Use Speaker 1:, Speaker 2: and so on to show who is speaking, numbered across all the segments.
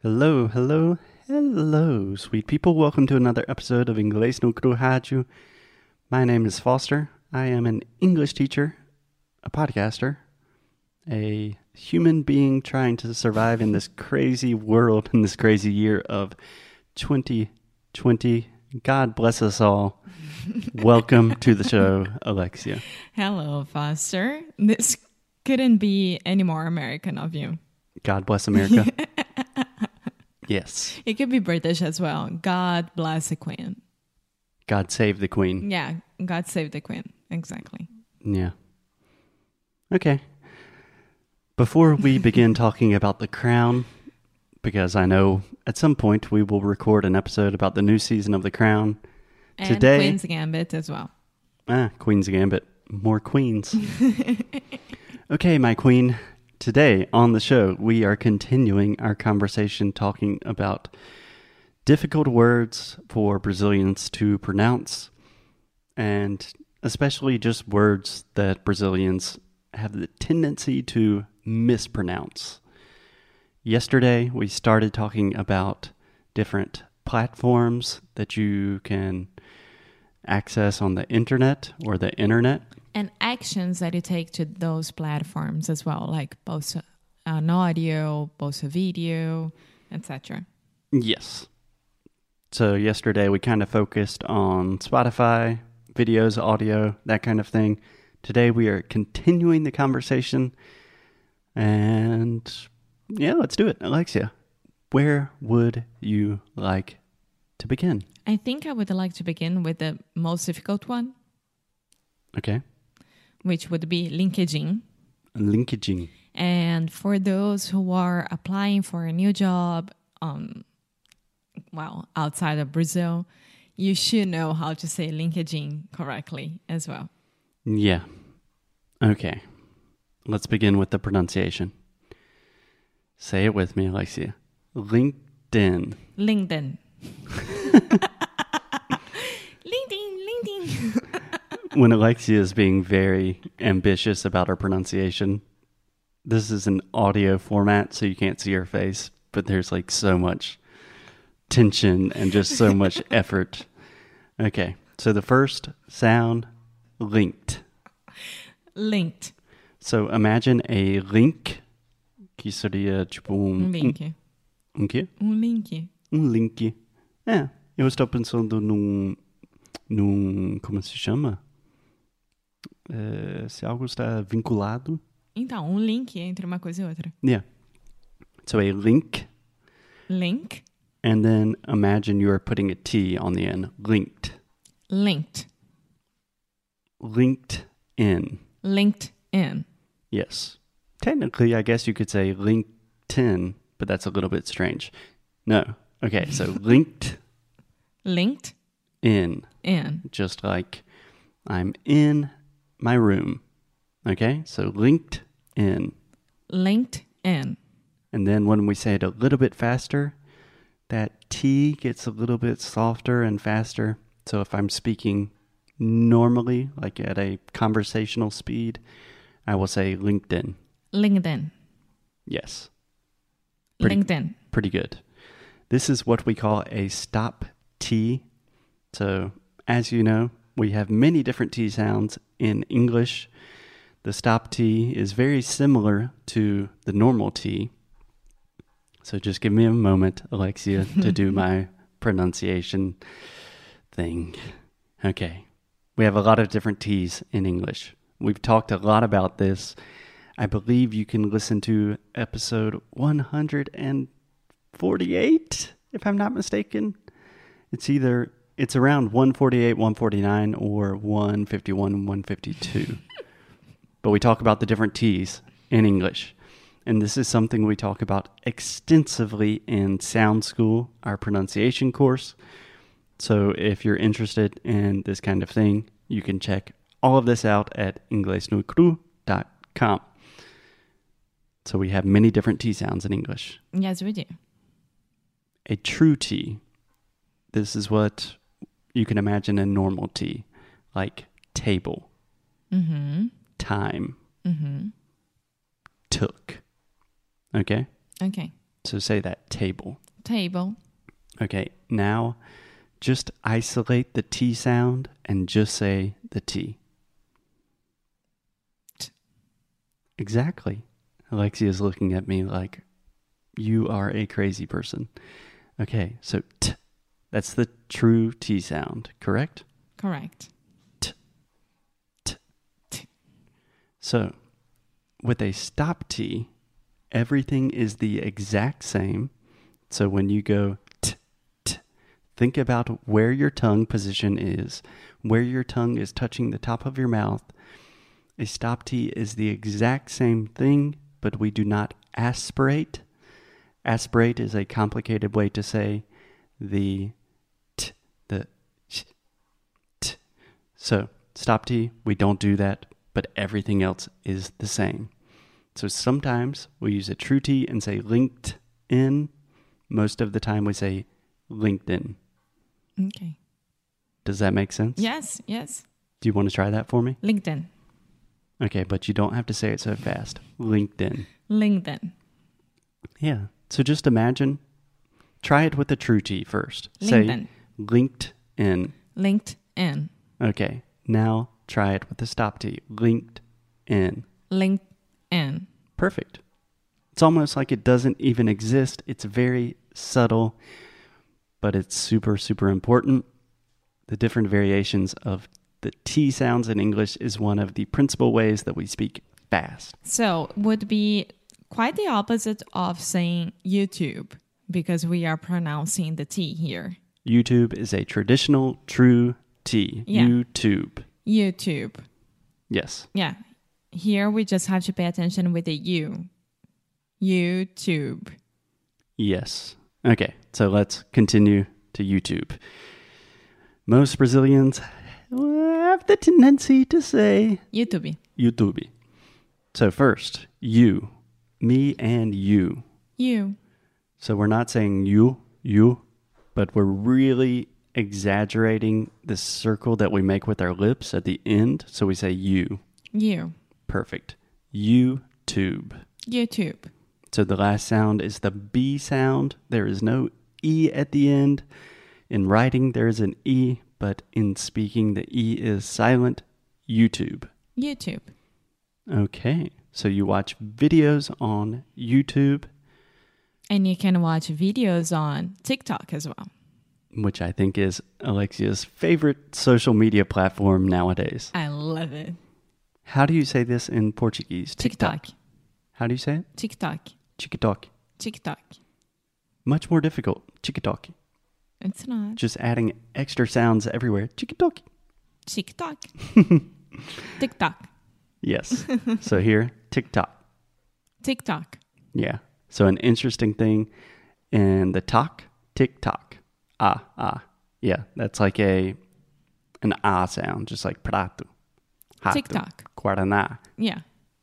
Speaker 1: Hello, hello, hello, sweet people. Welcome to another episode of Inglês no Cru Rádio. My name is Foster. I am an English teacher, a podcaster, a human being trying to survive in this crazy world, in this crazy year of 2020. God bless us all. Welcome to the show, Alexia.
Speaker 2: Hello, Foster. This couldn't be any more American of you.
Speaker 1: God bless America. yes.
Speaker 2: It could be British as well. God bless the Queen.
Speaker 1: God save the Queen.
Speaker 2: Yeah, God save the Queen. Exactly.
Speaker 1: Yeah. Okay. Before we begin talking about The Crown, because I know at some point we will record an episode about the new season of The Crown.
Speaker 2: And
Speaker 1: Today-
Speaker 2: Queen's Gambit as well.
Speaker 1: Ah, Queen's Gambit. More queens. okay, my queen. Today on the show, we are continuing our conversation talking about difficult words for Brazilians to pronounce, and especially just words that Brazilians have the tendency to mispronounce. Yesterday, we started talking about different platforms that you can access on the internet or the internet.
Speaker 2: And actions that you take to those platforms as well, like post uh, an audio, post a video, etc.
Speaker 1: Yes. So yesterday we kind of focused on Spotify, videos, audio, that kind of thing. Today we are continuing the conversation. And yeah, let's do it. Alexia, where would you like to begin?
Speaker 2: I think I would like to begin with the most difficult one,
Speaker 1: Okay.
Speaker 2: which would be LinkedIn.
Speaker 1: Linkaging.
Speaker 2: And for those who are applying for a new job, um, well, outside of Brazil, you should know how to say LinkedIn correctly as well.
Speaker 1: Yeah. Okay. Let's begin with the pronunciation. Say it with me, Alexia. LinkedIn.
Speaker 2: LinkedIn. LinkedIn, LinkedIn.
Speaker 1: when Alexia is being very ambitious about her pronunciation, this is an audio format, so you can't see her face, but there's like so much tension and just so much effort. Okay, so the first sound linked.
Speaker 2: Linked.
Speaker 1: So imagine a link. Que seria tipo um,
Speaker 2: Um link.
Speaker 1: um quê?
Speaker 2: Um link.
Speaker 1: Um link. É, eu estou pensando num. num. como se chama? Eh, se algo está vinculado.
Speaker 2: Então, um link entre uma coisa e outra.
Speaker 1: Yeah. So a link,
Speaker 2: Link.
Speaker 1: and then imagine you are putting a T on the end. Linked.
Speaker 2: Linked.
Speaker 1: Linked in.
Speaker 2: Linked in.
Speaker 1: Yes. Technically, I guess you could say LinkedIn, but that's a little bit strange. No. Okay, so linked
Speaker 2: Linked
Speaker 1: in,
Speaker 2: in.
Speaker 1: just like I'm in my room. Okay, so linked in.
Speaker 2: Linked in.
Speaker 1: And then when we say it a little bit faster, that T gets a little bit softer and faster. So if I'm speaking normally, like at a conversational speed, I will say LinkedIn.
Speaker 2: LinkedIn.
Speaker 1: Yes, Pretty-
Speaker 2: LinkedIn.
Speaker 1: pretty good. This is what we call a stop T. So as you know, we have many different T sounds in English. The stop T is very similar to the normal T. So just give me a moment, Alexia, to do my pronunciation thing. Okay. We have a lot of different T's in English. We've talked a lot about this. I believe you can listen to episode 148, if I'm not mistaken. It's either it's around 148, 149 or 151, 152. but we talk about the different T's in English. And this is something we talk about extensively in Sound School, our pronunciation course. So if you're interested in this kind of thing, you can check all of this out at inglesnucru.com. So we have many different T sounds in English.
Speaker 2: Yes, we do.
Speaker 1: A true T, this is what you can imagine a normal T, like table,
Speaker 2: Mm-hmm.
Speaker 1: time,
Speaker 2: Mm-hmm.
Speaker 1: took. Okay?
Speaker 2: Okay.
Speaker 1: So say that table.
Speaker 2: Table.
Speaker 1: Okay, now just isolate the T sound and just say the T.
Speaker 2: T.
Speaker 1: Exactly. Alexia is looking at me like, you are a crazy person. Okay, so T. That's the true T sound, correct?
Speaker 2: Correct.
Speaker 1: So, with a stop T, everything is the exact same. So, when you go t, t, think about where your tongue position is, where your tongue is touching the top of your mouth. A stop T is the exact same thing, but we do not aspirate. Aspirate is a complicated way to say the t, the sh, t. So, stop T, we don't do that, but everything else is the same. So sometimes we use a true T and say linked in. Most of the time we say LinkedIn.
Speaker 2: Okay.
Speaker 1: Does that make sense?
Speaker 2: Yes, yes.
Speaker 1: Do you want to try that for me?
Speaker 2: LinkedIn.
Speaker 1: Okay, but you don't have to say it so fast. LinkedIn.
Speaker 2: LinkedIn.
Speaker 1: Yeah. So just imagine, try it with a true T first. Say
Speaker 2: LinkedIn.
Speaker 1: linked in.
Speaker 2: LinkedIn.
Speaker 1: Okay. Now try it with a stop T. Linked in.
Speaker 2: LinkedIn.
Speaker 1: Perfect. It's almost like it doesn't even exist. It's very subtle, but it's super, super important. The different variations of the T sounds in English is one of the principal ways that we speak fast.
Speaker 2: So would be quite the opposite of saying YouTube because we are pronouncing the T here.
Speaker 1: YouTube is a traditional true T.
Speaker 2: Yeah.
Speaker 1: YouTube.
Speaker 2: YouTube.
Speaker 1: Yes.
Speaker 2: Yeah. Here we just have to pay attention with the U. YouTube.
Speaker 1: Yes. Okay, so let's continue to YouTube. Most Brazilians have the tendency to say
Speaker 2: YouTube.
Speaker 1: YouTube. So first, you, me and you.
Speaker 2: You.
Speaker 1: So we're not saying you, you, but we're really exaggerating the circle that we make with our lips at the end. So we say you.
Speaker 2: You.
Speaker 1: Perfect. YouTube.
Speaker 2: YouTube.
Speaker 1: So the last sound is the B sound. There is no E at the end. In writing, there is an E, but in speaking, the E is silent. YouTube.
Speaker 2: YouTube.
Speaker 1: Okay. So you watch videos on YouTube,
Speaker 2: And you can watch videos on TikTok as well.
Speaker 1: which I think is Alexia's favorite social media platform nowadays.
Speaker 2: I love it.
Speaker 1: How do you say this in Portuguese?
Speaker 2: TikTok.
Speaker 1: How do you say it?
Speaker 2: TikTok.
Speaker 1: TikTok.
Speaker 2: TikTok.
Speaker 1: Much more difficult. TikTok.
Speaker 2: It's not.
Speaker 1: Just adding extra sounds everywhere. TikTok.
Speaker 2: TikTok. TikTok.
Speaker 1: Yes. so here, TikTok.
Speaker 2: TikTok.
Speaker 1: Yeah. So an interesting thing in the talk, TikTok. Ah, ah. Yeah, that's like a an ah sound, just like prato. Rato,
Speaker 2: TikTok.
Speaker 1: Guaraná.
Speaker 2: Yeah.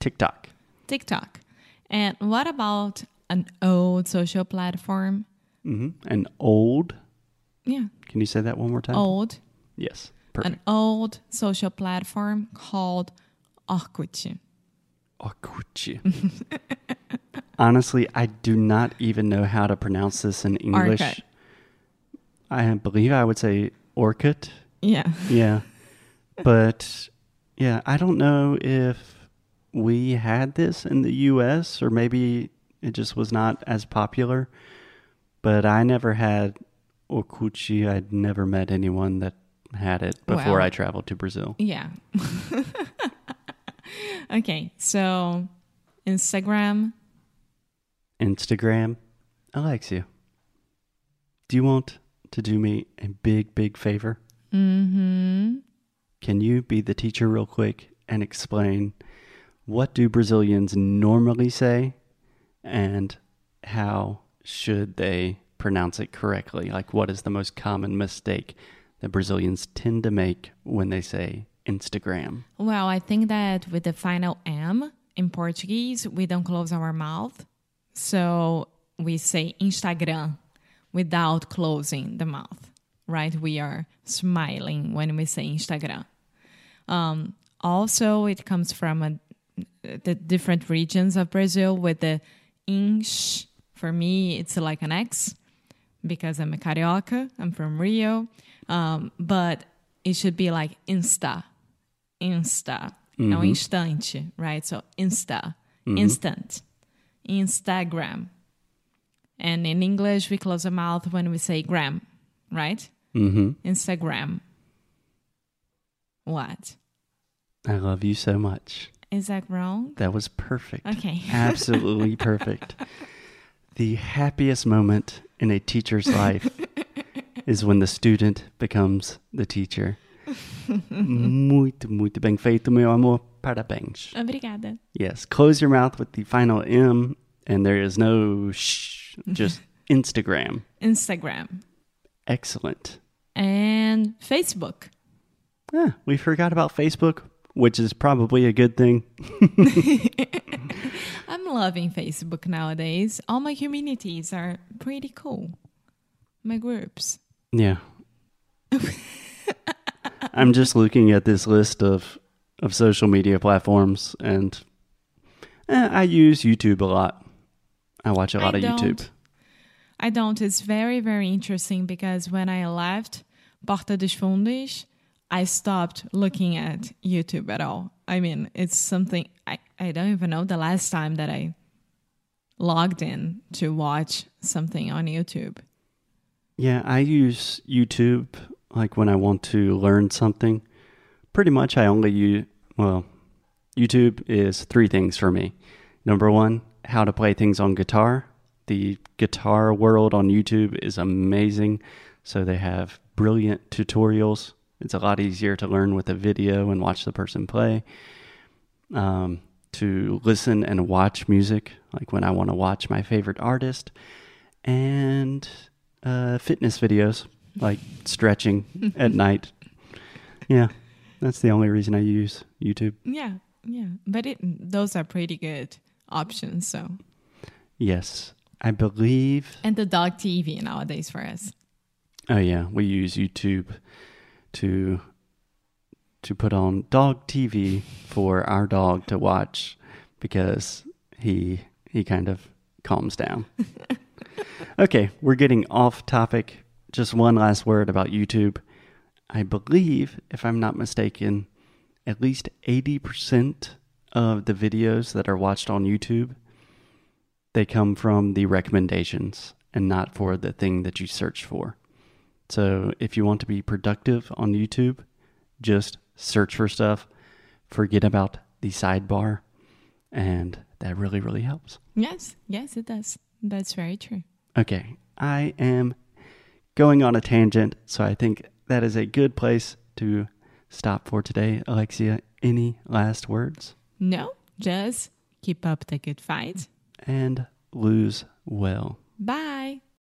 Speaker 1: TikTok.
Speaker 2: TikTok. And what about an old social platform?
Speaker 1: hmm And old.
Speaker 2: Yeah.
Speaker 1: Can you say that one more time?
Speaker 2: Old.
Speaker 1: Yes. Perfect.
Speaker 2: An old social platform called Orkut.
Speaker 1: Akuchi. Oh, Honestly, I do not even know how to pronounce this in English.
Speaker 2: Orkut.
Speaker 1: I believe I would say Orkut.
Speaker 2: Yeah.
Speaker 1: Yeah. But yeah, I don't know if we had this in the US or maybe it just was not as popular. But I never had Okuchi. I'd never met anyone that had it before
Speaker 2: Wow.
Speaker 1: I traveled to Brazil.
Speaker 2: Yeah. okay. So Instagram.
Speaker 1: Instagram, Alexia. Do you want to do me a big, big favor?
Speaker 2: Mm-hmm.
Speaker 1: Can you be the teacher real quick and explain what do Brazilians normally say and how should they pronounce it correctly? Like what is the most common mistake that Brazilians tend to make when they say Instagram?
Speaker 2: Well, I think that with the final M in Portuguese, we don't close our mouth. So we say Instagram without closing the mouth, right? We are smiling when we say Instagram. Um, also, it comes from a, the different regions of Brazil with the inch For me, it's like an X because I'm a carioca. I'm from Rio, um, but it should be like Insta, Insta, é um instante, right? So Insta, instant, Instagram. And in English, we close the mouth when we say gram, right?
Speaker 1: Mm-hmm.
Speaker 2: Instagram. What?
Speaker 1: I love you so much.
Speaker 2: Is that wrong?
Speaker 1: That was perfect.
Speaker 2: Okay.
Speaker 1: Absolutely perfect. The happiest moment in a teacher's life is when the student becomes the teacher. muito, muito bem feito, meu amor. Parabéns.
Speaker 2: Obrigada.
Speaker 1: Yes, close your mouth with the final M, and there is no shh, just Instagram.
Speaker 2: Instagram
Speaker 1: Excellent.
Speaker 2: and Facebook.
Speaker 1: Yeah, we forgot about Facebook, which is probably a good thing.
Speaker 2: I'm loving Facebook nowadays. All my communities are pretty cool. My groups.
Speaker 1: Yeah. I'm just looking at this list of of social media platforms, and eh, I use YouTube a lot. I watch a lot
Speaker 2: I
Speaker 1: of YouTube.
Speaker 2: don't. I don't. It's very, very interesting because when I left Porta dos Fundos, I stopped looking at YouTube at all. I mean, it's something I, I don't even know the last time that I logged in to watch something on YouTube.
Speaker 1: Yeah, I use YouTube like when I want to learn something. Pretty much, I only use well, YouTube is three things for me. Number one, how to play things on guitar. The guitar world on YouTube is amazing. So they have brilliant tutorials. It's a lot easier to learn with a video and watch the person play. Um, to listen and watch music, like when I want to watch my favorite artist, and uh, fitness videos, like stretching at night. Yeah, that's the only reason I use YouTube.
Speaker 2: Yeah, yeah. But it, those are pretty good options. So,
Speaker 1: Yes, I believe.
Speaker 2: and the dog TV nowadays for us.
Speaker 1: Oh yeah, we use YouTube to to put on dog TV for our dog to watch because he he kind of calms down. okay, we're getting off topic. Just one last word about YouTube. I believe, if I'm not mistaken, at least 80% of the videos that are watched on YouTube they come from the recommendations and not for the thing that you search for. So if you want to be productive on YouTube, just search for stuff, forget about the sidebar, and that really, really helps.
Speaker 2: Yes, yes, it does. That's very true.
Speaker 1: Okay, I am going on a tangent, so I think that is a good place to stop for today. Alexia, any last words?
Speaker 2: No, just keep up the good fight.
Speaker 1: And lose well.
Speaker 2: Bye.